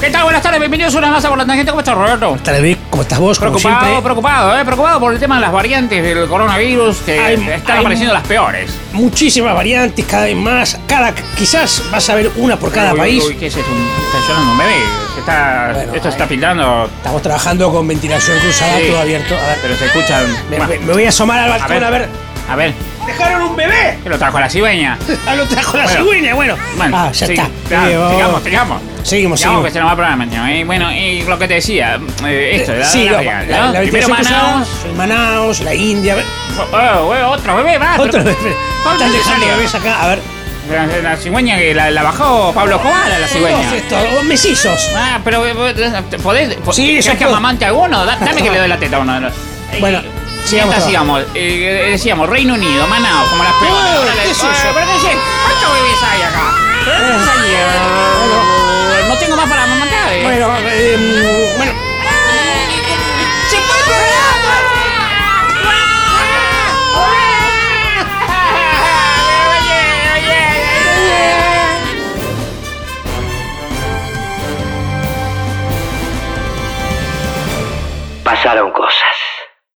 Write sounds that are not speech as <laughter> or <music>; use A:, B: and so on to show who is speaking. A: ¿Qué tal? Buenas tardes, bienvenidos una más a Por la Tangente. ¿Cómo estás, Roberto?
B: Tal vez, ¿cómo estás vos? Como
A: Preocupado,
B: siempre,
A: preocupado, eh, preocupado por el tema de las variantes del coronavirus que
B: Hay-
A: están
B: hay-
A: apareciendo las peores.
B: muchísimas variantes, cada vez más. Cada, quizás vas a ver una por cada
A: Uy, uy,
B: país.
A: uy, ¿Qué es esto? Está llorando un bebé. Se está,
B: Bueno,
A: esto se
B: ahí.
A: está pintando,
B: Estamos trabajando con ventilación cruzada,
A: Sí.
B: todo abierto. A ver,
A: pero se escuchan.
B: Ah, me,
A: Bueno,
B: me- me voy a asomar al balcón a ver.
A: a ver,
B: ¡Dejaron un bebé!
A: que lo trajo la
B: <laughs>
A: cibeña.
B: Ah, lo trajo la
A: Bueno.
B: cigüeña, bueno.
A: Bueno,
B: ah, ya
A: sí,
B: está.
A: ya,
B: Eh, vamos.
A: sigamos, sigamos.
B: Seguimos,
A: Sigamos que
B: seguimos.
A: se nos va el programa. ¿no? Y bueno, y lo que te decía, eh, esto, la,
B: sí,
A: la- la-
B: no, la,
A: ¿no? Primero
B: la ventilación cruzada,
A: Manaus,
B: sí, Manaus, la India. a ver,
A: oh, oh, otro bebé, va.
B: Otro
A: pero-
B: bebé.
A: ¿Dónde
B: Están
A: se
B: dejando
A: salió?
B: bebés acá. A ver.
A: La, la cigüeña que la, la bajó Pablo Escobar, la cigüeña.
B: Todos estos, Mesizos.
A: Ah, pero eh, vos- podés. po-
B: Sí,
A: ¿querés
B: yo
A: que
B: puedo.
A: amamante alguno? Da- dame que le doy la teta a uno de los. Eh,
B: Bueno, sigamos
A: mientras
B: trabajando.
A: sigamos. Eh, decíamos, Reino Unido, Manaus, como las peores.
B: Eh,
A: Ahora le-
B: ¿qué es
A: eh,
B: eso?
A: pero ¿qué es esto? ¿Cuántos bebés hay acá? ¿Pero dónde salió? No tengo más para amamantar. eh.
B: Bueno, eh, bueno.
A: ¡Se fue el programa!
C: pasaron cosas.